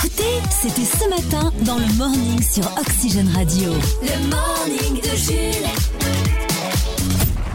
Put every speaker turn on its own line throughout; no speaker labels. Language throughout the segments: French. C'était ce matin dans le morning sur Oxygène Radio. Le morning de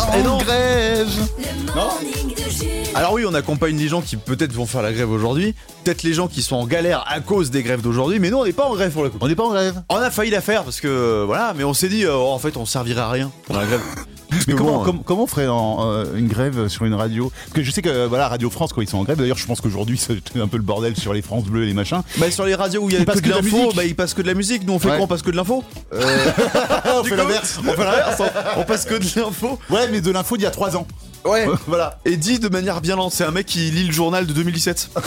En
non.
grève
Jules. Le
Non.
morning de Jules.
Alors oui, on accompagne les gens qui peut-être vont faire la grève aujourd'hui, peut-être les gens qui sont en galère à cause des grèves d'aujourd'hui, mais nous on n'est pas en grève pour le coup.
On n'est pas en grève
On a failli la faire parce que euh, voilà, mais on s'est dit euh, en fait on servirait à rien pendant la grève. Parce
Mais
que
comment,
bon, euh,
com- comment on ferait en, euh, une grève sur une radio Parce que je sais que euh, voilà, Radio France, quand ils sont en grève, d'ailleurs, je pense qu'aujourd'hui, c'est un peu le bordel sur les France Bleues et les machins.
bah, sur les radios où il y
Il
a que
passe
de
que de la
l'info,
musique.
bah ils passent que de la musique. Nous on fait
Ouais.
quoi On passe que de l'info euh,
on
Du
fait
coup,
l'inverse.
On fait l'inverse. on- On passe que de l'info.
Ouais, mais de l'info d'il y a 3 ans.
Ouais.
voilà.
Et dit de manière bien lente, c'est un mec qui lit le journal de 2017.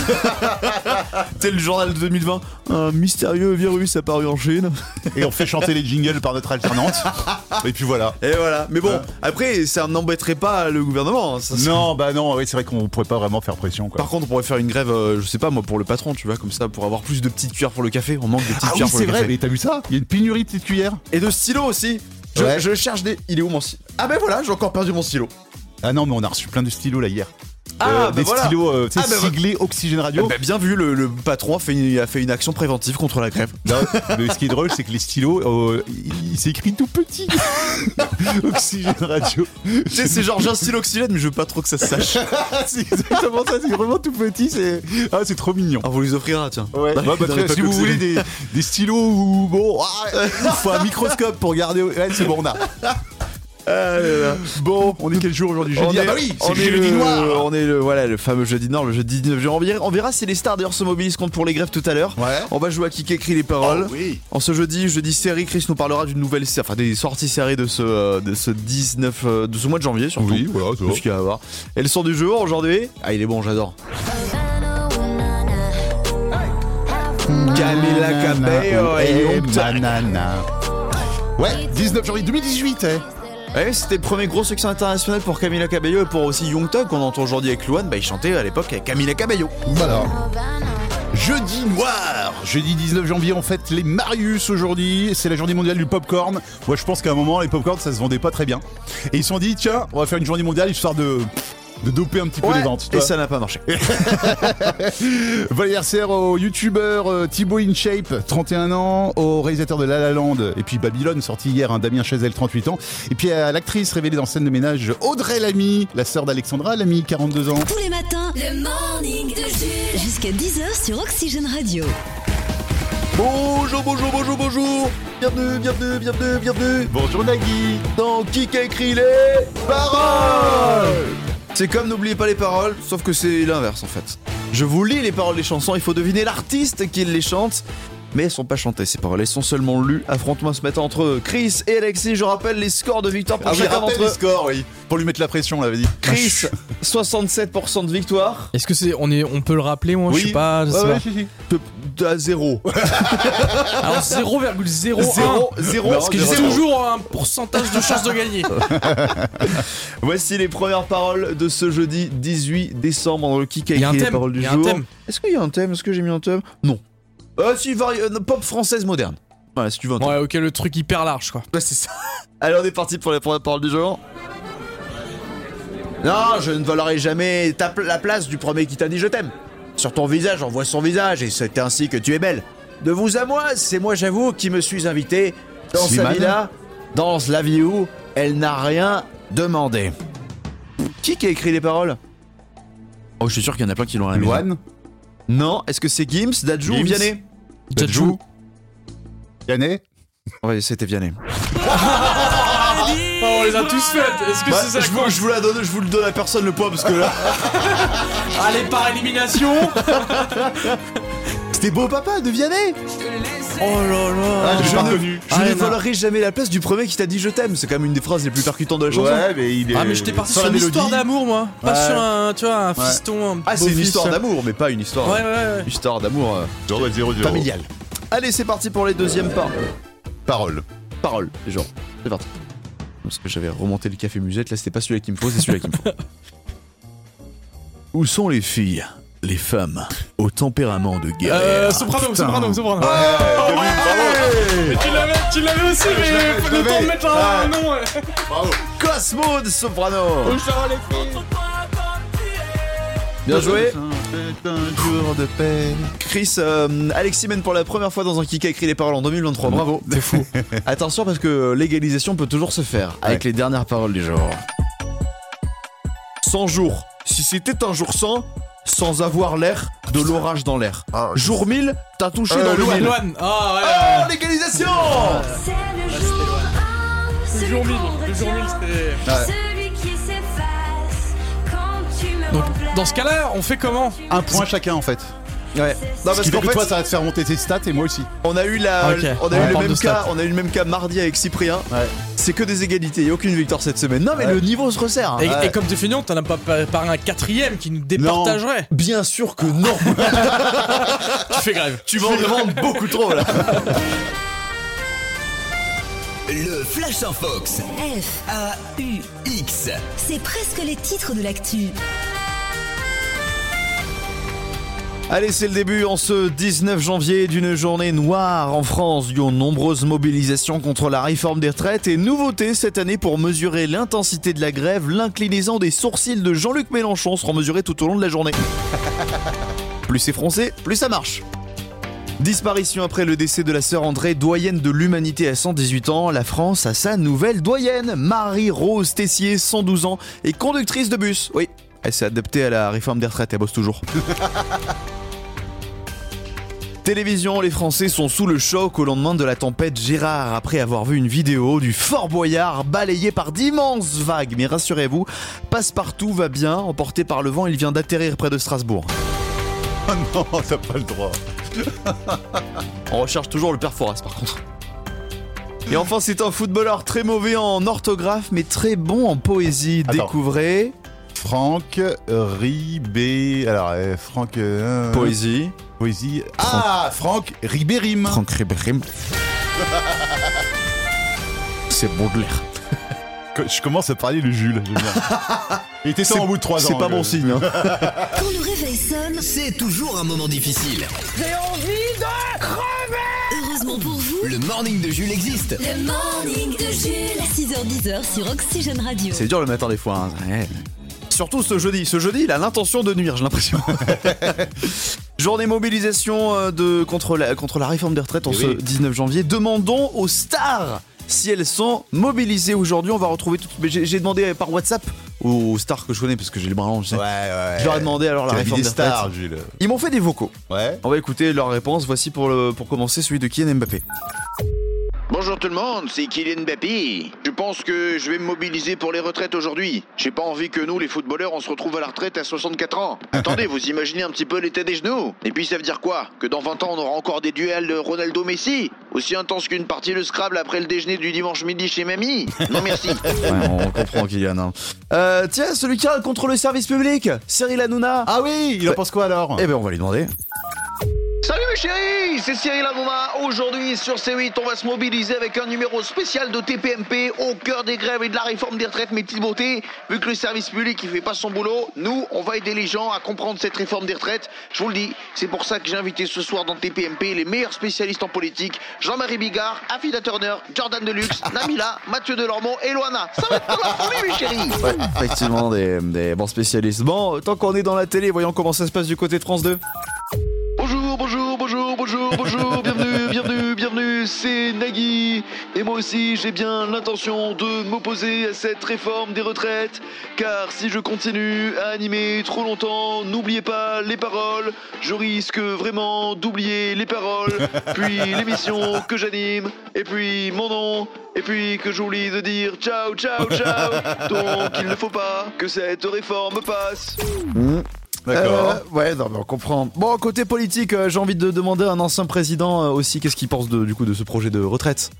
c'est le journal de 2020. Un mystérieux virus apparu en Chine.
Et on fait chanter les jingles par notre alternante. et puis voilà.
Et voilà. Mais bon,
Ouais.
après, ça n'embêterait pas le gouvernement. hein, ça serait-
Non, bah non, oui, c'est vrai qu'on pourrait pas vraiment faire pression. Quoi.
Par contre, on pourrait faire une grève, euh, je sais pas moi, pour le patron, tu vois, comme ça, pour avoir plus de petites cuillères pour le café. On manque de petites
Ah oui,
cuillères pour
c'est
le
vrai,
café.
mais t'as vu ça Il y a une pénurie de petites cuillères.
Et de stylos aussi. Je,
Ouais.
je cherche des. Il est où mon stylo Ah ben voilà, j'ai encore perdu mon stylo.
Ah non, mais on a reçu plein de stylos là hier.
Ah,
Euh,
bah
des
voilà.
stylos euh, tu sais,
Ah, bah,
siglés Oxygène Radio.
Bah, bien vu, le, le patron a fait, une, a fait une action préventive contre la grève.
Non, Bah mais ce qui est drôle, c'est que les stylos, euh, il, il s'écrit tout petit. Oxygène Radio.
Tu sais, c'est genre j'ai un stylo oxygène, mais je veux pas trop que ça se sache.
c'est exactement ça, c'est vraiment tout petit, c'est ah, c'est trop mignon.
On vous les offrira, tiens.
Ouais,
Dans-
bah,
dans les
très- si
packs
vous
Oxygène.
voulez des, des stylos ou bon, ah, il faut un microscope pour regarder. Ouais, c'est bon, on a.
Ah là là. Bon,
On est quel jour aujourd'hui
on
Jeudi.
est-
Ah bah oui,
on
c'est
est
jeudi
le-
noir.
On est le, voilà, le fameux jeudi noir, le jeudi 19 juin. On verra- On verra si les stars d'ailleurs se mobilisent contre pour les grèves tout à l'heure.
Ouais.
On va jouer à qui écrit les paroles.
Oh Ah oui.
En ce jeudi, jeudi série, Chris nous parlera d'une nouvelle série, enfin des sorties séries de ce, euh, de ce 19, euh, de ce mois de janvier surtout.
Oui, voilà, c'est
Tout ce qu'il y a à voir. Et le son du jour aujourd'hui Ah, il est bon, j'adore. Camila Cabello et Young Thug.
eh, Banana. Ouais, 19 janvier 2018. eh.
Ouais, c'était le premier gros succès international pour Camila Cabello et pour aussi Young Thug qu'on entend aujourd'hui avec Luan. Bah, il chantait à l'époque avec Camila Cabello.
Voilà. Jeudi noir Jeudi 19 janvier, on fête les Marius aujourd'hui. C'est la journée mondiale du popcorn. Moi, je pense qu'à un moment, les popcorn, ça se vendait pas très bien. Et ils se sont dit, tiens, on va faire une journée mondiale histoire de, de doper un petit peu les ventes. tu
et
vois.
ça n'a pas marché.
Bon anniversaire au youtubeur euh, Thibaut InShape, 31 ans, au réalisateur de La La Land et puis Babylone, sorti hier, hein, Damien Chazelle, 38 ans, et puis à l'actrice révélée dans Scène de ménage, Audrey Lamy, la sœur d'Alexandra Lamy, 42 ans.
Tous les matins, le morning de Jules. Jusqu'à 10h sur Oxygène Radio.
Bonjour, bonjour, bonjour, bonjour. Bienvenue, bienvenue, bienvenue, bienvenue.
Bonjour Nagui
Dans qui écrit les paroles
Ah,
C'est comme n'oubliez pas les paroles, sauf que c'est l'inverse en fait. Je vous lis les paroles des chansons, il faut deviner l'artiste qui les chante. Mais elles sont pas chantées ces paroles, elles sont seulement lues. Affrontement ce matin entre Chris et Alexis. Je rappelle les scores de victoire pour
Ah oui,
chacun
rappelle
d'entre
les
eux.
scores, oui. Pour lui mettre la pression, on l'avait dit.
Chris, 67% de victoire.
Est-ce que c'est on est on peut le rappeler moi
Oui.
je sais pas, je sais pas.
De, de- à 0.
Alors 0,01
0, 0,
parce que j'ai toujours un pourcentage de chance de gagner.
Voici les premières paroles de ce jeudi 18 décembre dans le kick a
Il y a un
écrit les
thème,
paroles du
il y a un
jour.
thème.
Est-ce qu'il y a un thème Est-ce que j'ai mis un thème Non. Euh, si, vari- euh, pop française moderne. Voilà, si tu veux un thème.
Ouais, OK, le truc hyper large quoi.
Ouais, c'est ça. Allez, on est parti pour la première parole du jour. Non, je ne volerai jamais ta pl- la place du premier qui t'a dit je t'aime. Sur ton visage, on voit son visage et c'est ainsi que tu es belle. De vous à moi, c'est moi, j'avoue, qui me suis invité dans sa
Slimane.
villa, dans la vie où elle n'a rien demandé. Qui qui a écrit les paroles Oh, je suis sûr qu'il y en a plein qui l'ont à la maison.
Loane,
Non, est-ce que c'est Gims, Dadju ou
Gims.
Vianney
Dadju, Yannet.
Ouais, c'était Vianney.
Oh, on les a tous faites. Est-ce que
Bah,
c'est ça
je, vous, je vous la donne, je vous le donne à personne le poids parce que là.
Allez par élimination.
C'était beau papa de Vianney
oh là là.
Ah, j'ai
Je
pas
ne,
reconnu.
je
Ah,
ne
non.
volerai jamais la place du premier qui t'a dit je t'aime. C'est quand même une des phrases les plus percutantes de la chanson.
Ouais, mais il est.
Ah mais j'étais parti
Sans
sur,
la
une histoire
mélodie.
d'amour moi, pas
Ouais.
sur un tu vois un
Ouais.
fiston un
Ah,
beau
c'est une
fils.
histoire d'amour, mais pas une histoire.
Ouais ouais ouais.
Une histoire d'amour euh,
Genre, ouais, 0-0.
familiale. Allez, c'est parti pour les deuxièmes par
Parole.
paroles. les gens. c'est parti. Parce que j'avais remonté le café musette, là c'était pas celui-là qui me faut, c'est celui-là qui me faut. Où sont les filles, les femmes, au tempérament de guerre
Euh, soprano,
putain.
soprano, soprano.
Ah ouais, bravo.
Tu l'avais, tu l'avais aussi, mais
l'avais, je
le temps
l'avais.
de mettre un nom. ouais.
Cosmo de Soprano Bien joué
C'est un jour de paix.
Chris, euh, Alexis mène pour la première fois dans un kick a écrit les paroles en 2023. Bravo. Mmh. C'est fou. Attention parce que l'égalisation peut toujours se faire avec les dernières paroles du jour. 100 jours. Si c'était un jour 100, sans avoir l'air de l'orage dans l'air. Jour 1000, t'as touché
Euh,
dans le
Loane.
mille.
Loane. Ah
Oh, l'égalisation
C'est le jour 1,
ouais. Le
celui
jour 1000.
qu'on
Le jour 1000,
retient,
c'était.
celui qui s'efface quand tu me
Donc,
remplaces.
dans ce cas-là, on fait comment
Un point chacun en fait.
Ouais. Non,
Parce
parce
qui fait
qu'en
que toi,
fait,
ça va te faire monter tes stats et moi aussi.
on a eu, la,
Ok.
on a
On
eu le
parle de
même
stats.
cas, on a eu le même cas mardi avec Cyprien.
Ouais.
C'est que des égalités, il a aucune victoire cette semaine. Non, mais
Ouais.
le niveau se resserre. hein.
Et,
Ouais.
et comme définition, t'en as pas préparé un quatrième qui nous départagerait.
Bien sûr que non
Tu fais grève.
Tu m'en demandes beaucoup trop là
Le Flash en Fox.
F,
F-A-U-X.
c'est presque les titres de l'actu.
Allez, c'est le début en ce 19 janvier d'une journée noire en France, due aux nombreuses mobilisations contre la réforme des retraites et nouveauté cette année pour mesurer l'intensité de la grève, l'inclinaison des sourcils de Jean-Luc Mélenchon seront mesurés tout au long de la journée. plus c'est français, plus ça marche. Disparition après le décès de la sœur André, doyenne de l'humanité à 118 ans, la France a sa nouvelle doyenne, Marie-Rose Tessier, 112 ans, et conductrice de bus. Oui, elle s'est adaptée à la réforme des retraites, elle bosse toujours. Télévision, les Français sont sous le choc au lendemain de la tempête Gérard après avoir vu une vidéo du Fort Boyard balayé par d'immenses vagues. Mais rassurez-vous, Passepartout va bien, emporté par le vent, il vient d'atterrir près de Strasbourg.
Oh non, t'as pas le droit.
On recherche toujours le père Forest par contre. Et enfin, c'est un footballeur très mauvais en orthographe mais très bon en poésie.
Attends.
Découvrez
Franck Ribé. Alors, euh, Franck. euh,
poésie.
Poésie. Ah, Franck Ribérim.
Franck Ribérim. C'est Baudelaire.
Co- Je commence à parler le Jules. j'aime bien. Il était ça
C'est-
en bout de 3 ans.
C'est pas
le-
bon signe. hein.
Quand le réveil sonne,
C'est toujours un moment difficile.
heureusement pour vous,
Le morning de Jules existe.
le morning de Jules. 6h10 sur Oxygène Radio.
C'est dur le matin des fois. hein. Ouais. Surtout ce jeudi. Ce jeudi, il a l'intention de nuire, j'ai l'impression. Journée mobilisation euh, de, contre, la, contre la réforme des retraites en
Eh
ce
oui.
19 janvier. Demandons aux stars si elles sont mobilisées aujourd'hui. On va retrouver tout. mais J'ai j'ai demandé par WhatsApp aux stars que je connais parce que j'ai les bras longs. je sais.
Ouais, ouais.
Je leur ai demandé alors la
T'as la vie
réforme
des
des retraites.
stars, Jules.
Ils m'ont fait des vocaux.
Ouais.
On va écouter leurs réponses. Voici pour, le, pour commencer celui de Kylian Mbappé.
Bonjour tout le monde, c'est Kylian Mbappé. Je pense que je vais me mobiliser pour les retraites aujourd'hui. J'ai pas envie que nous, les footballeurs, on se retrouve à la retraite à 64 ans. Attendez, vous imaginez un petit peu l'état des genoux Et puis ça veut dire quoi Que dans 20 ans, on aura encore des duels de Ronaldo-Messi Aussi intense qu'une partie de Scrabble après le déjeuner du dimanche midi chez mamie Non merci
Ouais, on comprend Kylian. hein. Euh, tiens, celui qui a contre le service public, Cyril Hanouna.
Ah oui, il en pense quoi alors
Eh ben on va lui demander.
Salut mes chéris, c'est Cyril Hanouna. Aujourd'hui sur C8, on va se mobiliser avec un numéro spécial de TPMP au cœur des grèves et de la réforme des retraites, mes petites beautés. Vu que le service public il fait pas son boulot, nous on va aider les gens à comprendre cette réforme des retraites. Je vous le dis, c'est pour ça que j'ai invité ce soir dans TPMP les meilleurs spécialistes en politique Jean-Marie Bigard, Afida Turner, Jordan Deluxe, Namila, Mathieu Delormeau et Loana. Ça va être de la folie mes chéris.
Ouais, effectivement, des, des bons spécialistes. Bon, tant qu'on est dans la télé, voyons comment ça se passe du côté de France 2.
Bonjour, bonjour, bonjour, bonjour, bonjour, bienvenue, bienvenue, bienvenue, c'est Nagui. Et moi aussi, j'ai bien l'intention de m'opposer à cette réforme des retraites, car si je continue à animer trop longtemps, n'oubliez pas les paroles, je risque vraiment d'oublier les paroles, puis l'émission que j'anime, et puis mon nom, et puis que j'oublie de dire ciao, ciao, ciao. Donc il ne faut pas que cette réforme passe.
D'accord.
Euh, ouais, non, mais on comprend. Bon, côté politique, euh, j'ai envie de demander à un ancien président euh, aussi qu'est-ce qu'il pense de, du coup de ce projet de retraite.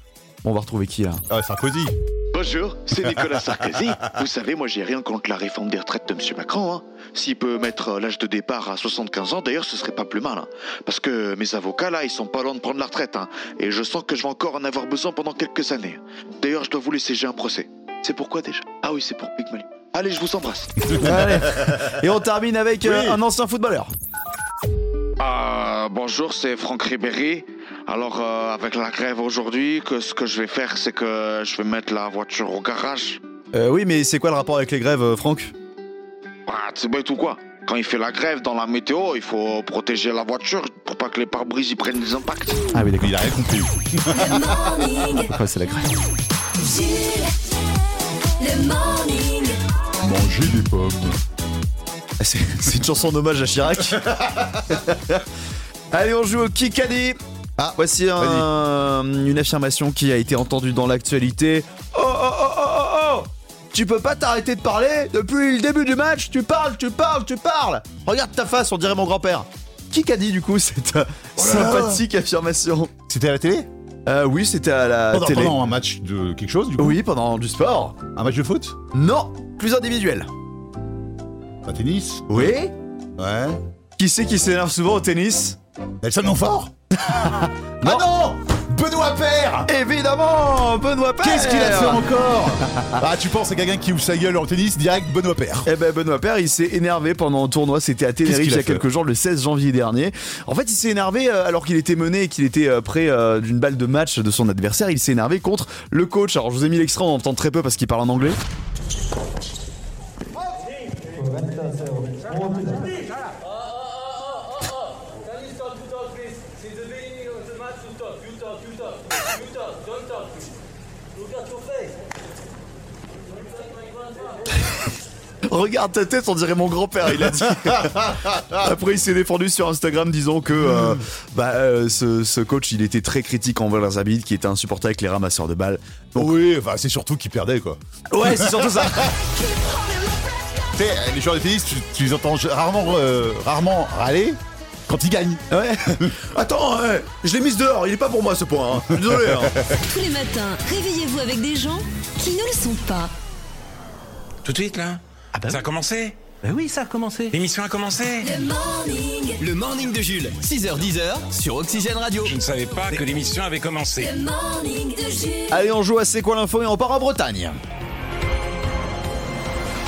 Bon, on va retrouver qui là
Ah, Sarkozy.
Bonjour, c'est Nicolas Sarkozy. Vous savez, moi j'ai rien contre la réforme des retraites de M. Macron. Hein. S'il peut mettre euh, l'âge de départ à 75 ans, d'ailleurs ce serait pas plus mal. hein. Parce que mes avocats là, ils sont pas loin de prendre la retraite. hein. Et je sens que je vais encore en avoir besoin pendant quelques années. D'ailleurs, je dois vous laisser, j'ai un procès. C'est pourquoi déjà Ah oui, c'est pour Pygmalion. Allez, je vous embrasse.
Allez. Et on termine avec euh,
Oui.
un ancien footballeur.
Ah, bonjour, c'est Franck Ribéry. Alors, euh, avec la grève aujourd'hui, que ce que je vais faire, c'est que je vais mettre la voiture au garage.
Euh, oui, mais c'est quoi le rapport avec les grèves, euh, Franck
Ah, c'est bête ou quoi Quand il fait la grève dans la météo, il faut protéger la voiture pour pas que les pare-brises y prennent des impacts.
Ah oui, d'accord.
Il a rien compris.
Le morning.
Après, c'est la grève.
Jules. Le morning.
Manger des pommes.
Ah, C'est c'est une chanson d'hommage à Chirac. Allez, on joue au Kikadi. Ah, voici un- une affirmation qui a été entendue dans l'actualité. Oh, oh, oh, oh, oh, oh Tu peux pas t'arrêter de parler Depuis le début du match, tu parles, tu parles, tu parles Regarde ta face, on dirait mon grand-père. Kikadi, du coup, cette euh, sympathique affirmation.
C'était à la télé
Euh, oui, c'était à la
pendant,
télé.
pendant un match de quelque chose, du coup
Oui, pendant du sport.
Un match de foot
Non, plus individuel.
Un tennis
Oui
Ouais.
Qui c'est qui s'énerve souvent au tennis
Nelson Montfort Ah non Benoît Père
Évidemment, Benoît Paire
Qu'est-ce qu'il a fait encore Ah, tu penses à quelqu'un qui ouvre sa gueule en tennis direct Benoît Père.
Eh ben Benoît Paire, il s'est énervé pendant un tournoi, c'était à Tenerife
qu'il
il y
a
a quelques jours, le 16 janvier dernier. En fait, il s'est énervé euh, alors qu'il était mené et qu'il était euh, près euh, d'une balle de match de son adversaire, il s'est énervé contre le coach. Alors je vous ai mis l'extrait, on entend très peu parce qu'il parle en anglais. Regarde ta tête, on dirait mon grand-père, il a dit. Après, il s'est défendu sur Instagram disant que euh,
Hmm.
bah, euh, ce, ce coach, il était très critique envers Zabid, qui était insupportable avec les ramasseurs de balles. Donc,
Oui, enfin, c'est surtout qu'il perdait, quoi.
ouais, c'est surtout ça.
Tu sais, les joueurs de tennis, tu, tu les entends rarement, euh, rarement râler quand ils gagnent.
Ouais. Attends, ouais, je l'ai mise dehors, il est pas pour moi ce point. hein. Je suis Désolé. hein.
Tous les matins, réveillez-vous avec des gens qui ne le sont pas.
Tout de suite là
bah
Ça
oui.
a commencé
Bah oui, ça a commencé.
L'émission a commencé
Le morning.
Le morning de Jules, 6h10 sur Oxygène Radio.
Je ne savais pas que l'émission avait commencé.
Le morning de Jules.
Allez, on joue à C'est quoi l'info et on part en Bretagne.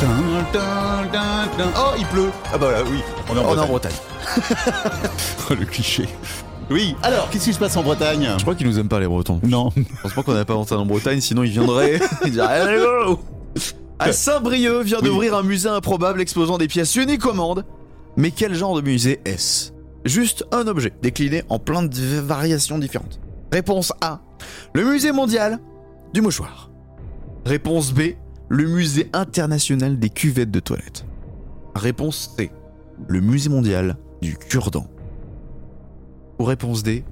Dun, dun, dun, dun. Oh, il pleut. Ah bah là, oui, on est en
On est en
Bretagne.
Bretagne.
Oh, le cliché. Oui, alors, qu'est-ce qui se passe en Bretagne
Je crois qu'ils nous aiment pas les Bretons.
Non.
Je pense pas qu'on n'a pas inventé en Bretagne, sinon ils viendraient. Ils diraient, Allez, go à Saint-Brieuc vient d'ouvrir un musée improbable exposant des pièces uniques au monde. Mais quel genre de musée est-ce Juste un objet, décliné en plein de variations différentes. Réponse A. Le musée mondial du mouchoir. Réponse B. Le musée international des cuvettes de toilettes. Réponse C. Le musée mondial du cure-dent. Ou réponse D.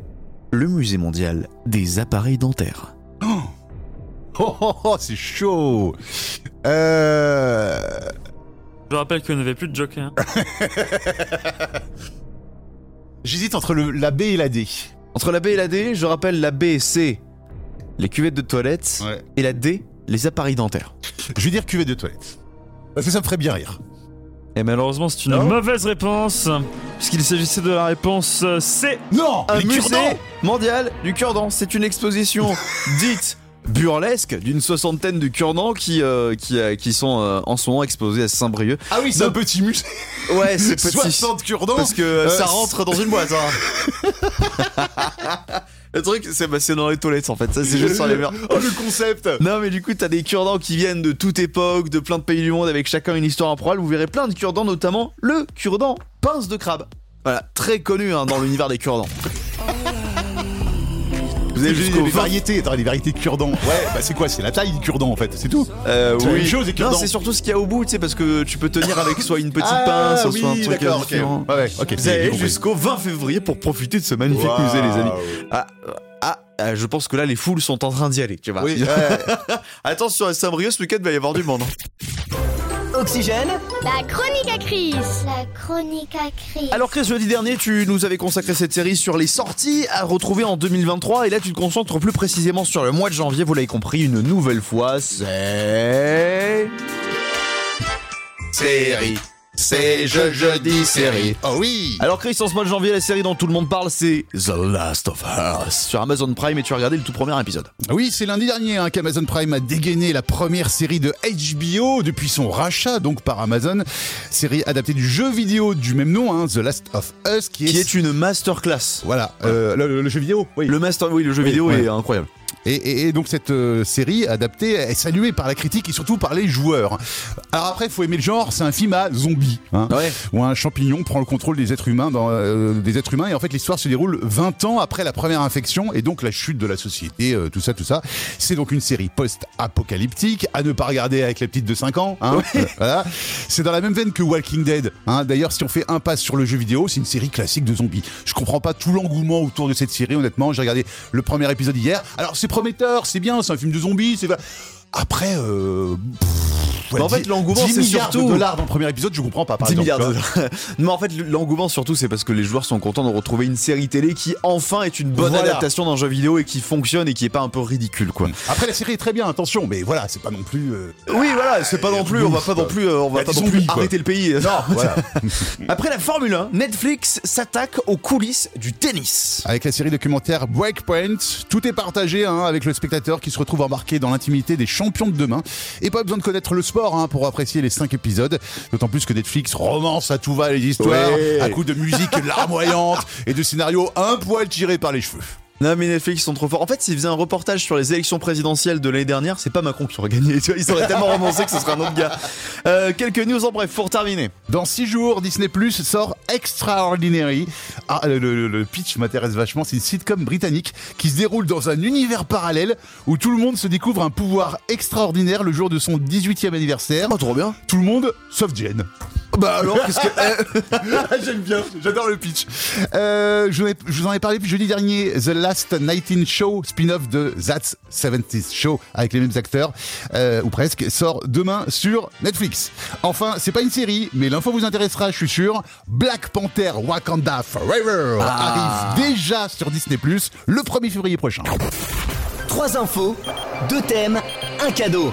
Le musée mondial des appareils dentaires.
Oh, oh, oh, c'est chaud. Euh...
Je rappelle que vous n'avez plus de joker. hein.
J'hésite entre le- la B et la D.
Entre la B et la D, je rappelle la B, c'est les cuvettes de toilette
Ouais.
et la D, les appareils dentaires.
Je vais dire cuvette de toilette. Parce que ça me ferait bien rire.
Et malheureusement, c'est une
Non.
mauvaise réponse, puisqu'il s'agissait de la réponse euh, C.
Non
Un
Oh, les
musée
cure-dents
mondial du cure-dent. C'est une exposition dite burlesque d'une soixantaine de cure-dents qui, euh, qui, euh, qui sont euh, en ce moment exposés à Saint-Brieuc.
Ah oui, c'est
Non.
un petit musée.
Ouais, c'est petit.
60 cure-dents.
Parce que
Euh,
ça rentre dans une boîte. hein. Le truc, c'est bah, c'est dans les toilettes en fait. Ça, c'est juste sur les murs.
Oh, le concept
Non mais du coup t'as des cure-dents qui viennent de toute époque, de plein de pays du monde avec chacun une histoire improbable. Vous verrez plein de cure-dents, notamment le cure-dent pince de crabe. Voilà, très connu hein, dans l'univers des cure-dents. Vous avez
Juste
vu
des
les variétés
variétés, attends, les variétés de cure-dents. Ouais, bah c'est quoi C'est la taille du cure-dent en fait, c'est tout.
euh,
C'est la même chose, les
Non,
cure-dents.
c'est surtout ce qu'il y a au bout, tu sais, parce que tu peux tenir avec soit une petite
Ah,
pince,
oui,
soit un truc euh,
d'accord, ok.
différent.
Ouais, ouais, ok.
Vous
c'est
avez
compris.
jusqu'au 20 février pour profiter de ce magnifique
Waouh.
musée, les amis. Ah, ah, ah, je pense que là, les foules sont en train d'y aller, tu vois.
Oui, ouais.
Attention, à Saint-Brieuc, ce week-end, il va y avoir du monde. hein.
Oxygène
La chronique à crise. La chronique à crise.
Alors Chris, jeudi dernier, tu nous avais consacré cette série sur les sorties à retrouver en 2023 et là tu te concentres plus précisément sur le mois de janvier, vous l'avez compris, une nouvelle fois, c'est... Série, c'est je jeudi série.
Oh oui
Alors Chris, en ce mois de janvier, la série dont tout le monde parle, c'est The Last of Us sur Amazon Prime et tu as regardé le tout premier épisode.
Ah Oui, c'est lundi dernier hein, qu'Amazon Prime a dégainé la première série de HBO depuis son rachat donc par Amazon. Série adaptée du jeu vidéo du même nom, hein, The Last of Us, qui est...
Qui est une masterclass.
Voilà, euh, le, le- le jeu vidéo, oui.
Le master, oui, le jeu
Oui,
vidéo
ouais.
est incroyable.
Et, et- et donc cette euh, série adaptée est saluée par la critique et surtout par les joueurs. Alors après, faut aimer le genre. C'est un film à zombies, hein, où un champignon prend le contrôle des êtres humains, dans, euh, des êtres humains. Et en fait, l'histoire se déroule 20 ans après la première infection et donc la chute de la société, euh, tout ça, tout ça. C'est donc une série post-apocalyptique à ne pas regarder avec les petites de 5 ans. hein. Voilà. C'est dans la même veine que Walking Dead. hein. D'ailleurs, si on fait un pass sur le jeu vidéo, c'est une série classique de zombies. Je comprends pas tout l'engouement autour de cette série, honnêtement. J'ai regardé le premier épisode hier. Alors, c'est prometteur, c'est bien, c'est un film de zombies, c'est. Après, euh, pff,
Mais en fait,
10
l'engouement,
10
c'est
milliards
surtout-
de dollars dans le premier épisode, je comprends pas. Par
10 milliards
exemple, tu
de
vois.
dollars. Mais en fait, l'engouement surtout, c'est parce que les joueurs sont contents de retrouver une série télé qui enfin est une bonne
Voilà.
adaptation d'un jeu vidéo et qui fonctionne et qui est pas un peu ridicule, quoi.
Après, la série est très bien, attention, mais voilà, c'est pas non plus. euh,
Oui, voilà, c'est pas non plus, on va pas non plus, euh, on va
Bah,
pas
des
non plus
zombies, quoi.
arrêter le pays. Non,
voilà.
Après la Formule 1, Netflix s'attaque aux coulisses du tennis.
Avec la série documentaire Breakpoint, tout est partagé hein, avec le spectateur qui se retrouve embarqué dans l'intimité des champions de demain. Et pas besoin de connaître le sport hein, pour apprécier les 5 épisodes. D'autant plus que Netflix romance à tout va les histoires,
Ouais.
à coups de musique larmoyante et de scénarios un poil tirés par les cheveux.
Non, mais Netflix ils sont trop forts. En fait, s'ils faisaient un reportage sur les élections présidentielles de l'année dernière, c'est pas Macron qui aurait gagné. Tu vois, Ils auraient tellement romancé que ce serait un autre gars. Euh, quelques news en bref pour terminer.
Dans 6 jours, Disney Plus sort Extraordinary. Ah, le, le- le pitch m'intéresse vachement. C'est une sitcom britannique qui se déroule dans un univers parallèle où tout le monde se découvre un pouvoir extraordinaire le jour de son 18e anniversaire.
trop bien.
Tout le monde, sauf Jen.
Bah alors, qu'est-ce que. eh,
Ah, J'aime bien, j'adore le pitch. Euh, je, vous ai- je vous en ai parlé jeudi dernier, The Last Night in Show, spin-off de That's 70s Show, avec les mêmes acteurs, euh, ou presque, sort demain sur Netflix. Enfin, c'est pas une série, mais l'info vous intéressera, je suis sûr. Black Panther Wakanda Forever arrive déjà sur Disney+, le 1er février prochain.
Trois infos, deux thèmes, un cadeau.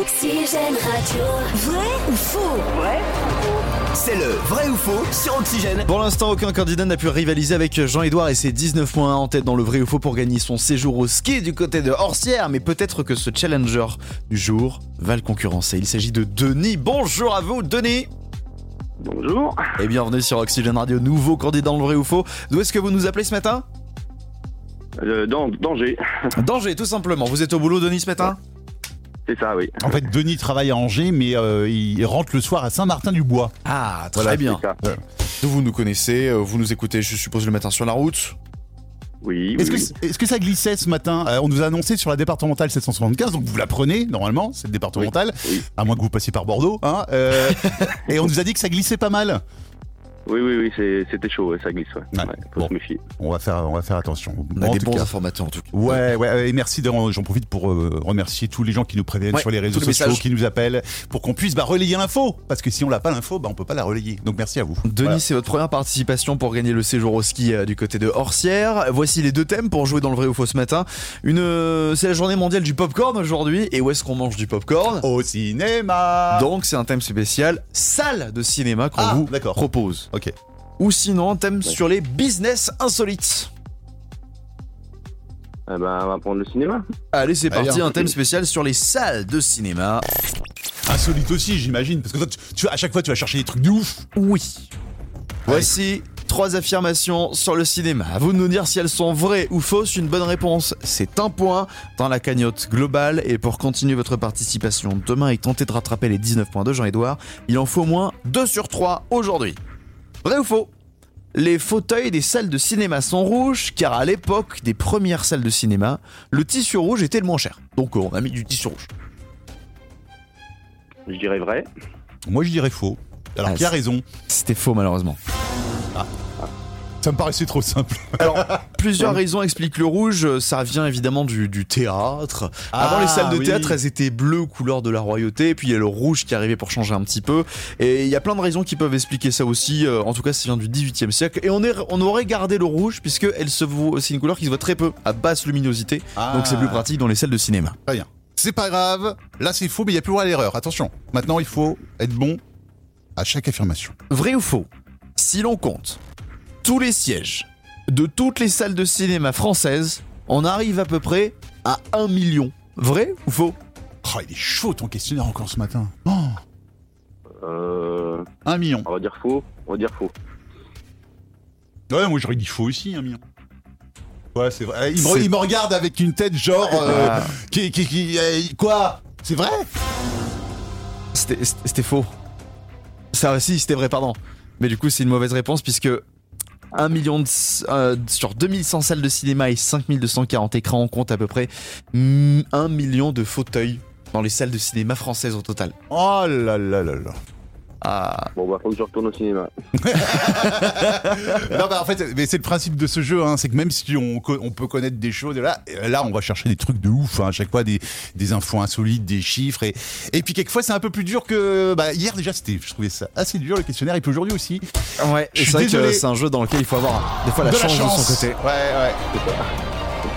Oxygène Radio. Vrai ou faux
C'est le vrai ou faux sur Oxygène.
Pour l'instant, aucun candidat n'a pu rivaliser avec Jean-Edouard et ses 19 points en tête dans le vrai ou faux pour gagner son séjour au ski du côté de Horsière. Mais peut-être que ce challenger du jour va le concurrencer. Il s'agit de Denis. Bonjour à vous, Denis.
Bonjour,
Et bienvenue sur Oxygène Radio, nouveau candidat dans le vrai ou faux. D'où est-ce que vous nous appelez ce matin
euh, Dan- danger,
Danger, tout simplement. Vous êtes au boulot, Denis, ce matin
c'est ça, oui.
En fait, Denis travaille à Angers, mais euh, il rentre le soir à Saint-Martin-du-Bois.
Ah, très
Voilà,
bien.
c'est ça.
D'où Vous nous connaissez, euh, vous nous écoutez, je suppose, le matin sur la route.
Oui, oui,
Est-ce que,
oui.
est-ce que ça glissait ce matin Euh, On nous a annoncé sur la départementale 775, donc vous la prenez normalement, cette départementale,
Oui, oui.
à moins que vous passiez par Bordeaux. hein, euh, et on nous a dit que ça glissait pas mal.
oui, oui, oui, c'est- c'était chaud, ouais, ça glisse, ouais.
Ouais,
Ouais, faut
bon.
se méfier.
On va faire, on va faire attention.
On a
En
des
tout
bons
cas.
informateurs, en tout cas.
Ouais, ouais, euh, et merci. de- J'en profite pour euh, remercier tous les gens qui nous préviennent
Ouais,
sur les réseaux
tous les
sociaux,
messages.
qui nous appellent, pour qu'on puisse bah, relayer l'info. Parce que si on l'a pas l'info, bah, on peut pas la relayer. Donc merci à vous.
Denis,
Voilà.
c'est votre première participation pour gagner le séjour au ski euh, du côté de Horsière. Voici les deux thèmes pour jouer dans le vrai ou faux ce matin. Une, euh, c'est la journée mondiale du popcorn aujourd'hui. Et où est-ce qu'on mange du popcorn
Au
Ah.
cinéma.
Donc c'est un thème spécial salle de cinéma qu'on
Ah,
vous
d'accord.
propose.
Ok.
Ou sinon un thème sur les business insolites.
Eh ben, on va prendre le cinéma.
Allez, c'est
Allez,
parti,
hein.
un thème spécial sur les salles de cinéma.
Insolite aussi, j'imagine, parce que toi, tu, tu- à chaque fois, tu vas chercher des trucs de ouf.
Oui. Voici trois affirmations sur le cinéma. À vous de nous dire si elles sont vraies ou fausses. Une bonne réponse, c'est un point dans la cagnotte globale. Et pour continuer votre participation demain et tenter de rattraper les 19 points de Jean-Edouard, il en faut au moins 2 sur 3 aujourd'hui. Vrai ou faux Les fauteuils des salles de cinéma sont rouges car à l'époque des premières salles de cinéma, le tissu rouge était le moins cher. Donc euh, on a mis du tissu rouge.
Je dirais vrai.
Moi, je dirais faux. Alors,
Ah,
qui a
c'est-
raison
C'était faux malheureusement.
Ça me paraissait trop simple.
Plusieurs raisons expliquent le rouge. Euh, Ça vient évidemment du, du théâtre.
Ah,
Avant, les salles de
oui.
théâtre, elles étaient bleues, couleur de la royauté. Et puis, il y a le rouge qui arrivait pour changer un petit peu. Et il y a plein de raisons qui peuvent expliquer ça aussi. Euh, En tout cas, ça vient du 18e siècle. Et on, est, on aurait gardé le rouge, puisque elle se voit- c'est une couleur qui se voit très peu, à basse luminosité.
Ah.
Donc, c'est plus pratique dans les salles de cinéma.
Très bien. C'est pas grave. Là, c'est faux, mais il n'y a plus le droit à l'erreur. Attention. Maintenant, il faut être bon à chaque affirmation.
Vrai ou faux Si l'on compte tous les sièges de toutes les salles de cinéma françaises, on arrive à peu près à 1 million. Vrai ou faux
Oh, il est chaud ton questionnaire encore ce matin. Oh.
Euh,
Un million.
on va dire faux, on va dire faux.
Ouais, moi j'aurais dit faux aussi, un million. Ouais, c'est vrai. Eh, Il me,
C'est-
il me regarde avec une tête genre. euh,
Ah.
qui, qui- qui- euh, quoi C'est vrai
C'était c'était faux. Ça aussi, c'était vrai, pardon. Mais du coup, c'est une mauvaise réponse puisque 1 million de, euh, sur 2100 salles de cinéma et 5240 écrans, on compte à peu près mm, 1 million de fauteuils dans les salles de cinéma françaises au total.
Oh là là là là.
Ah.
Bon, bah, faut que je retourne au cinéma.
Non, bah, en fait, mais c'est le principe de ce jeu, hein, c'est que même si on, co- on peut connaître des choses, et là, euh, là, on va chercher des trucs de ouf, hein, à chaque fois des, des infos insolites, des chiffres, et, et puis quelquefois c'est un peu plus dur que bah, hier déjà. C'était, je trouvais ça assez dur le questionnaire, et puis aujourd'hui aussi.
Ouais,
Je
et
suis
c'est vrai que
désolé.
c'est un jeu dans lequel il faut avoir des fois la,
De la
chance, de son
chance.
côté.
Ouais, ouais.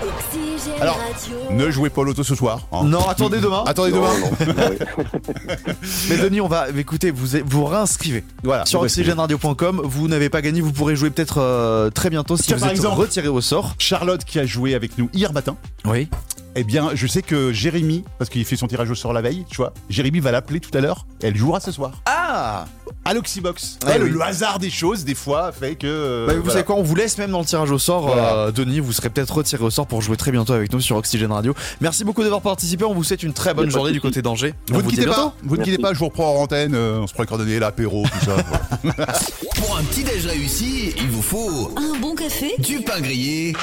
Oxygène
Alors,
Radio.
Ne jouez pas au loto ce soir. hein.
Non, attendez demain.
Attendez
Non,
demain.
non, non, oui.
Mais Denis, on va. Écoutez, vous vous réinscrivez.
Voilà.
Sur
Bon, bah,
oxygèneradio.com, vous n'avez pas gagné, vous pourrez jouer peut-être euh, très bientôt si
Tiens,
vous
par
êtes
exemple.
retiré au sort.
Charlotte qui a joué avec nous hier matin.
Oui.
Eh bien, je sais que Jérémy, parce qu'il fait son tirage au sort la veille, tu vois, Jérémy va l'appeler tout à l'heure. Elle jouera ce soir.
Ah
À l'Oxybox.
Ah
Ouais, le,
oui.
le hasard des choses, des fois, fait que. euh,
Bah, vous
voilà.
savez quoi, on vous laisse même dans le tirage au sort,
Voilà.
euh, Denis. Vous serez peut-être retiré au sort pour jouer très bientôt avec nous sur Oxygène Radio. Merci beaucoup d'avoir participé. On vous souhaite une très
Y
bonne
a pas
journée
de
du
souci.
côté d'Angers. On
Vous ne
vous dit
quittez
à
pas,
bientôt.
vous ne
Merci.
quittez pas, je vous reprends en antenne, euh, on se prend les coordonnées, l'apéro, tout ça. voilà.
Pour un petit déj réussi, il vous faut
Un bon café
du pain grillé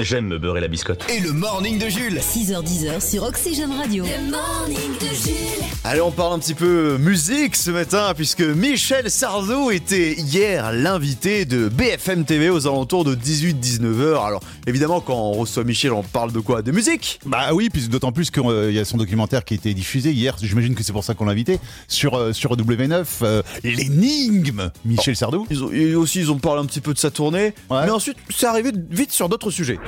J'aime me beurrer la biscotte.
et le morning de Jules.
6h10 sur Oxygène Radio. Le morning de Jules.
Allez, on parle un petit peu euh, musique ce matin, puisque Michel Sardou était hier l'invité de BFM TV aux alentours de 18-19h. Alors, évidemment, quand on reçoit Michel, on parle de quoi De musique
bah oui, puis d'autant plus qu'il y a son documentaire qui a été diffusé hier, j'imagine que c'est pour ça qu'on l'a invité, sur, euh, sur W9, euh, l'énigme Michel Sardou.
ils ont, et aussi, ils ont parlé un petit peu de sa tournée.
Ouais.
Mais ensuite, c'est arrivé vite sur d'autres sujets.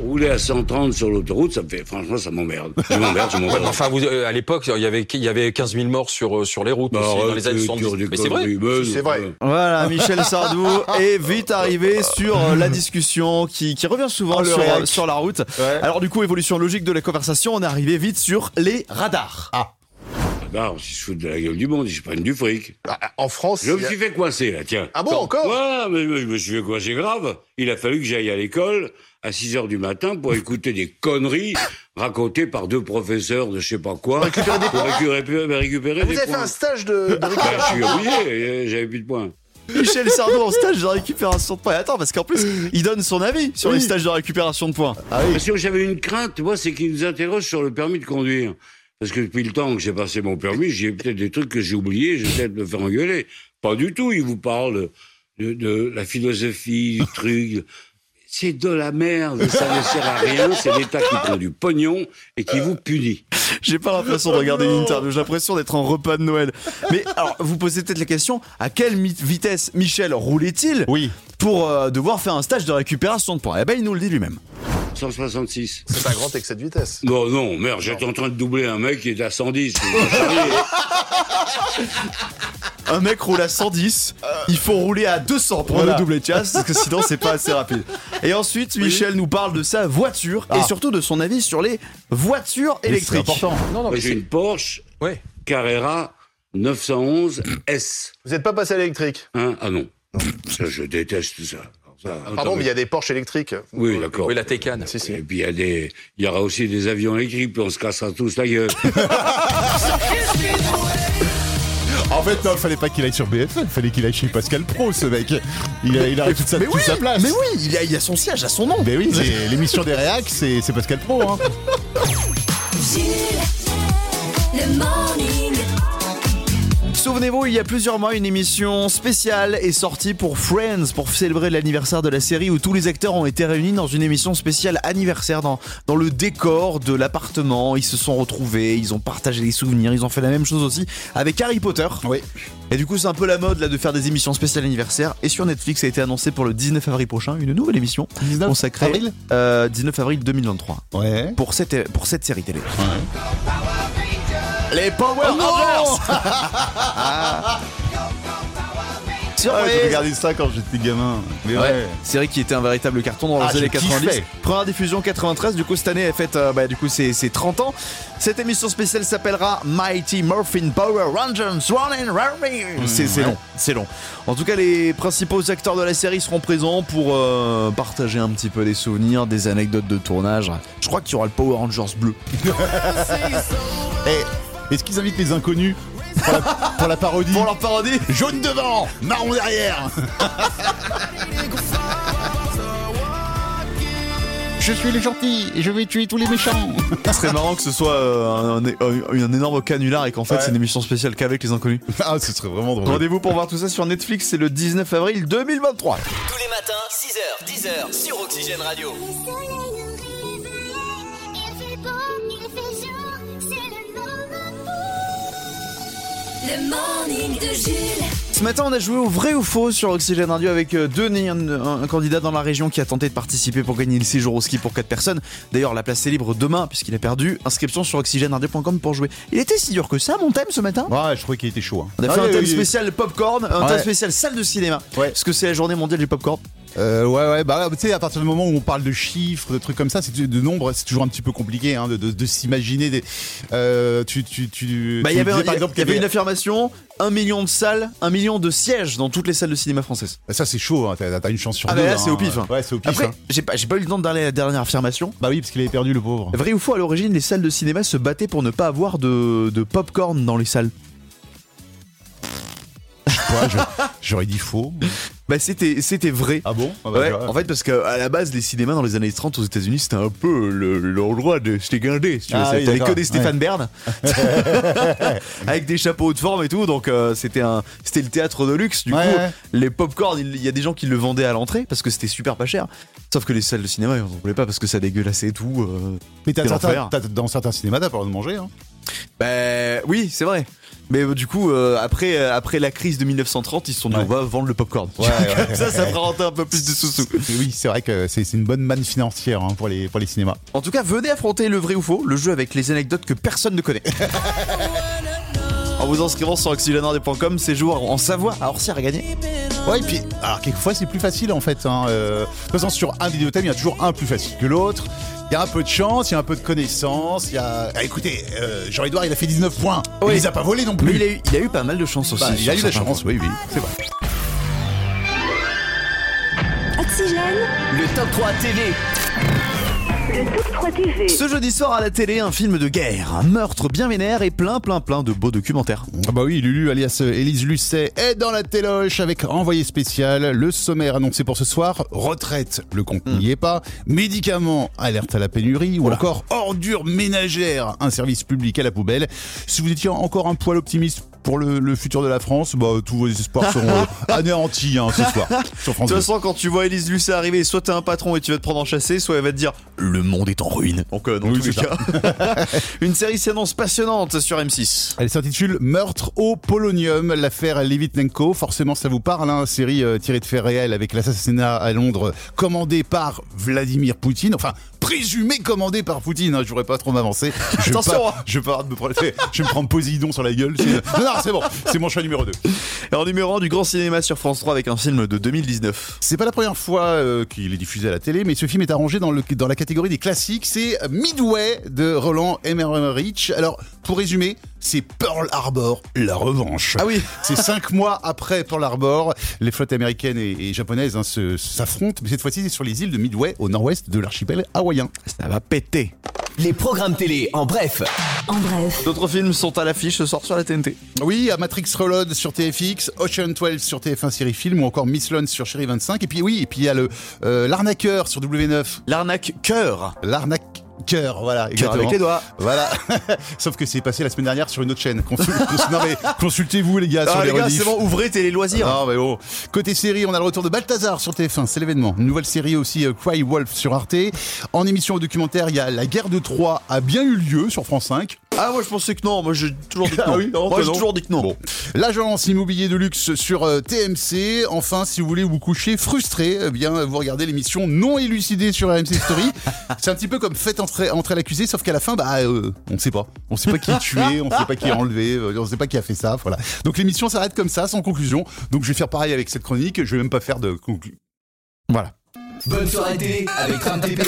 Rouler à 130 sur l'autoroute, ça me fait, franchement, ça m'emmerde. Je m'emmerde, je
Ouais,
m'emmerde.
mais enfin, vous, euh, à l'époque, il y avait, il y avait 15 000 morts sur, euh, sur les routes
Bah,
aussi, dans
arrête,
les années
tu-
70.
tu-
Mais c'est vrai.
tu- tu-
C'est vrai.
Voilà, Michel Sardou est vite arrivé sur euh, la discussion qui, qui revient souvent
Oh, le
sur,
réac.
euh, sur la route.
Ouais.
Alors du coup, évolution logique de la conversation, on est arrivé vite sur les radars.
Bah, on se fout de la gueule du monde, ils se prennent du fric.
En France,
Je me
il y a-
suis fait coincer, là, tiens.
Ah bon, encore
Ouais, mais je me suis fait coincer grave. Il a fallu que j'aille à l'école à 6 heures du matin pour écouter des conneries racontées par deux professeurs de je sais pas quoi.
Récupérer des
pour
points
récupérer, récupérer
Vous
des
avez fait
points.
un stage de. de
Bah, je suis obligé, euh, j'avais plus de points.
Michel Sardou en stage de récupération de points. Attends, parce qu'en plus, il donne son avis sur les stages de récupération de points.
Parce que j'avais une crainte, moi, c'est qu'ils nous interrogent sur le permis de conduire. Parce que depuis le temps que j'ai passé mon permis, j'ai peut-être des trucs que j'ai oubliés, je vais peut-être me faire engueuler. Pas du tout, ils vous parlent de, de la philosophie, du truc. C'est de la merde, ça ne sert à rien, c'est l'État qui prend du pognon et qui vous punit.
J'ai pas l'impression de regarder une interview, j'ai l'impression d'être en repas de Noël. Mais alors, vous posez peut-être la question, à quelle mi- vitesse Michel roulait-il
Oui.
pour euh, devoir faire un stage de récupération de points Eh ben, il nous le dit lui-même.
166.
C'est un grand excès de vitesse.
Non, non, merde, j'étais en train de doubler un mec qui est à 110.
Un mec roule à 110, il faut rouler à 200 pour
Voilà.
le double chasse, parce que sinon c'est pas assez rapide. Et ensuite, Michel nous parle de sa voiture et
Ah.
surtout de son avis sur les voitures
Mais C'est
électriques.
important.
Non, non,
Moi,
mais
J'ai
c'est.
une Porsche
Ouais.
Carrera 911 S.
Vous n'êtes pas passé à l'électrique.
Hein ah non. Ça, je déteste ça. Alors ça,
Ah, Pardon, mais il y a des Porsche électriques.
Oui, d'accord.
Oui, la Técane.
Si, si.
Et puis il y a des, il y aura aussi des avions électriques, puis on se cassera tous la gueule.
En fait, non, fallait pas qu'il aille sur BFM, fallait qu'il aille chez Pascal Pro, ce mec. Il a, il a toute, sa,
mais
toute
oui,
sa place.
mais oui, il y a, il y a son siège à son nom.
Mais oui, c'est- l'émission des réacs, c'est c'est Pascal Pro. Hein.
Jules. Le morning.
Souvenez-vous, il y a plusieurs mois, une émission spéciale est sortie pour Friends, pour célébrer l'anniversaire de la série où tous les acteurs ont été réunis dans une émission spéciale anniversaire, dans, dans le décor de l'appartement. Ils se sont retrouvés, ils ont partagé des souvenirs, ils ont fait la même chose aussi avec Harry Potter.
Oui.
Et du coup, c'est un peu la mode là de faire des émissions spéciales anniversaire. Et sur Netflix, ça a été annoncé pour le 19 avril prochain, une nouvelle émission
19
consacrée
avril
euh, 19 avril 2023
Ouais.
pour cette, pour cette série télé.
Oh
Les Power Rangers Ah. surprise.
J'ai regardé ça quand j'étais gamin. Mais
Ouais.
ouais.
C'est vrai qu'il était un véritable carton dans les
Ah, je
années 90.
kiffais.
Première diffusion 93, du coup cette année elle fête euh, bah, du coup ses, ses 30 ans. Cette émission spéciale s'appellera Mighty Morphin Power Rangers Running Rangers. C'est c'est
Mmh, ouais.
long, c'est long. En tout cas, les principaux acteurs de la série seront présents pour euh, partager un petit peu des souvenirs, des anecdotes de tournage. Je crois qu'il y aura le Power Rangers bleu.
Eh, Est-ce qu'ils invitent les inconnus pour la, pour la parodie Pour
leur parodie
Jaune devant, marron derrière Je suis les gentils et je vais tuer tous les méchants
Ce serait marrant que ce soit euh, un, un- un énorme canular et qu'en fait
Ouais.
c'est une émission spéciale qu'avec les inconnus.
Ah, ce serait vraiment drôle.
Rendez-vous pour voir tout ça sur Netflix, c'est le 19 avril 2023.
Tous les matins, 6h, 10h sur Oxygène Radio.
Le morning de Jules.
Ce matin, on a joué au vrai ou faux sur Oxygène Radio avec euh, Denis, un, un- un candidat dans la région qui a tenté de participer pour gagner le séjour au ski pour 4 personnes. D'ailleurs, la place est libre demain puisqu'il a perdu. Inscription sur oxygèneradio.com pour jouer. Il était si dur que ça, mon thème ce matin
Ouais, je trouvais qu'il était chaud. hein.
On a
Ah,
fait un
oui,
thème
oui, oui.
spécial popcorn, un thème
Ouais.
spécial salle de cinéma.
Ouais.
Parce que c'est la journée mondiale du popcorn.
Euh, ouais, ouais, bah tu sais, à partir du moment où on parle de chiffres, de trucs comme ça, c'est de nombres, c'est toujours un petit peu compliqué hein, de, de- de s'imaginer des. euh, tu, tu, tu.
Bah,
tu
il y avait,
disais,
il y
exemple,
avait
qu'il y
une
avait-
affirmation un million de salles, un million de sièges dans toutes les salles de cinéma françaises.
Bah, ça c'est chaud, hein, t'as t'as une chance sur
Ah,
deux.
bah là,
hein.
c'est au pif. hein.
Ouais, c'est au pif.
Après,
hein.
j'ai pas, j'ai pas eu le temps de parler à la dernière affirmation.
Bah oui, parce qu'il avait perdu le pauvre.
Vrai ou faux, à l'origine, les salles de cinéma se battaient pour ne pas avoir de, de popcorn dans les salles.
Ouais, je- J'aurais dit faux.
Bah c'était c'était vrai.
Ah bon Ah bah,
Ouais,
j'aurais-
en fait parce que à la base les cinémas dans les années 30 aux États-Unis c'était un peu le- l'endroit de se les guinder. si tu veux.
Ah
Ça,
oui,
T'avais
d'accord.
que des Stéphane
Ouais.
Bern avec des chapeaux de forme et tout donc euh, c'était un c'était le théâtre de luxe du
Ouais,
coup
ouais.
les popcorn il il y a des gens qui le vendaient à l'entrée parce que c'était super pas cher. Sauf que les salles de cinéma ils en voulaient pas parce que ça dégueulassait et tout. euh,
Mais t'as
quel
certains,
enfer.
t'as- dans certains cinémas, t'as pas le droit de manger. Hein.
Bah oui, c'est vrai. Mais euh, du coup, euh, après, euh, après la crise de 1930, ils se sont dit on va vendre le popcorn. Comme ça, ça fera rentrer un peu plus de sous-sous.
Mais oui, c'est vrai que c'est c'est une bonne manne financière hein, pour, les, pour les cinémas.
En tout cas, venez affronter le vrai ou faux, le jeu avec les anecdotes que personne ne connaît. en vous inscrivant sur oxygenard.com, ces jours en Savoie à Orsières à gagner.
Ouais, et puis, alors quelquefois c'est plus facile en fait. Hein, euh, de toute façon, sur un vidéothème, il y a toujours un plus facile que l'autre. Il y a un peu de chance, il y a un peu de connaissance. Il y a. Ah, écoutez, euh, Jean-Edouard, il a fait 19 points.
Oui.
Il les a pas volés non plus.
Mais il a eu, il a eu pas mal de chance aussi.
Bah, il a eu
sur
la
certains
chance,
points.
oui, oui, c'est vrai.
Oxygène.
Le top 3 TV.
Le top 3 TV.
Ce jeudi soir à la télé, un film de guerre, un meurtre bien vénère et plein plein plein de beaux documentaires.
Ah bah oui, Lulu alias euh, Élise Lucet est dans la téloche avec envoyé spécial, le sommaire annoncé pour ce soir, retraite, le compte
Hmm.
n'y est pas, médicaments, alerte à la pénurie ou encore ordures ménagères, un service public à la poubelle. Si vous étiez encore un poil optimiste pour le, le futur de la France, bah, tous vos espoirs seront euh, anéantis hein, ce soir sur
De toute
France 2.
façon, quand tu vois Elise Lucet arriver, soit t'es un patron et tu vas te prendre en chassé, soit elle va te dire Le monde est en ruine. Donc, euh, dans
Oui,
tous les
c'est
cas. Une série s'annonce passionnante sur M6.
Elle s'intitule Meurtre au polonium, l'affaire Levitnenko. Forcément, ça vous parle, hein, série euh, tirée de faits réels avec l'assassinat à Londres commandé par Vladimir Poutine. Enfin, présumé commandé par Poutine. Hein, je voudrais pas trop m'avancer. Je vais
Attention,
pas-
hein.
Je vais pas avoir de me prendre, je vais me prendre Posidon sur la gueule. C'est- Non, non, c'est bon. C'est mon choix numéro 2.
Et en numéro 1 du grand cinéma sur France 3 avec un film de 2019.
C'est pas la première fois euh, qu'il est diffusé à la télé, mais ce film est arrangé dans, le, dans la catégorie des classiques. C'est Midway de Roland Emmerich. Alors, pour résumer, c'est Pearl Harbor, la revanche.
Ah oui
C'est cinq mois après Pearl Harbor, les flottes américaines et, et japonaises hein, se- s'affrontent, mais cette fois-ci c'est sur les îles de Midway, au nord-ouest de l'archipel hawaïen.
Ça va péter.
Les programmes télé en bref.
En bref.
D'autres films sont à l'affiche ce soir sur la TNT.
Oui, à Matrix Reload sur TFX, Ocean 12 sur TF1 série film, ou encore Miss Lone sur Chérie 25, et puis oui, et puis il y a le euh, l'arnaqueur sur W9,
L'arnaque cœur.
l'arnaqueur, voilà,
Cœur
exactement.
avec les doigts.
Voilà, sauf que c'est passé la semaine dernière sur une autre chaîne. Consul- cons- non, mais consultez-vous les gars sur
Ah,
les,
les gars,
rediffs.
c'est bon, ouvrez télé loisirs.
Non, mais bon. Côté série, on a le retour de Balthazar sur TF1, c'est l'événement. Une Nouvelle série aussi, euh, Cry Wolf sur Arte. En émission au documentaire, il y a La guerre de Troie a bien eu lieu sur France 5.
Ah, moi je pensais que non, moi j'ai toujours dit que
Ah
non.
oui, non,
moi
toi
j'ai
non.
toujours dit que non.
L'agence immobilier de luxe sur euh, TMC. Enfin, si vous voulez vous coucher frustré, eh bien, vous regardez l'émission non élucidée sur RMC Story. C'est un petit peu comme faites entrer, entrer l'accusé, sauf qu'à la fin, bah, euh, on ne sait pas. On ne sait pas qui est tué, on ne sait pas qui est enlevé, euh, on ne sait pas qui a fait ça. Voilà. Donc l'émission s'arrête comme ça, sans conclusion. Donc je vais faire pareil avec cette chronique. Je vais même pas faire de conclusion. Voilà.
Bonne soirée télé avec Tram TP.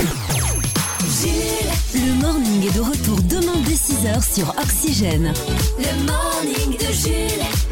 Le morning est de retour demain dès 6h sur Oxygène.
Le morning de Jules.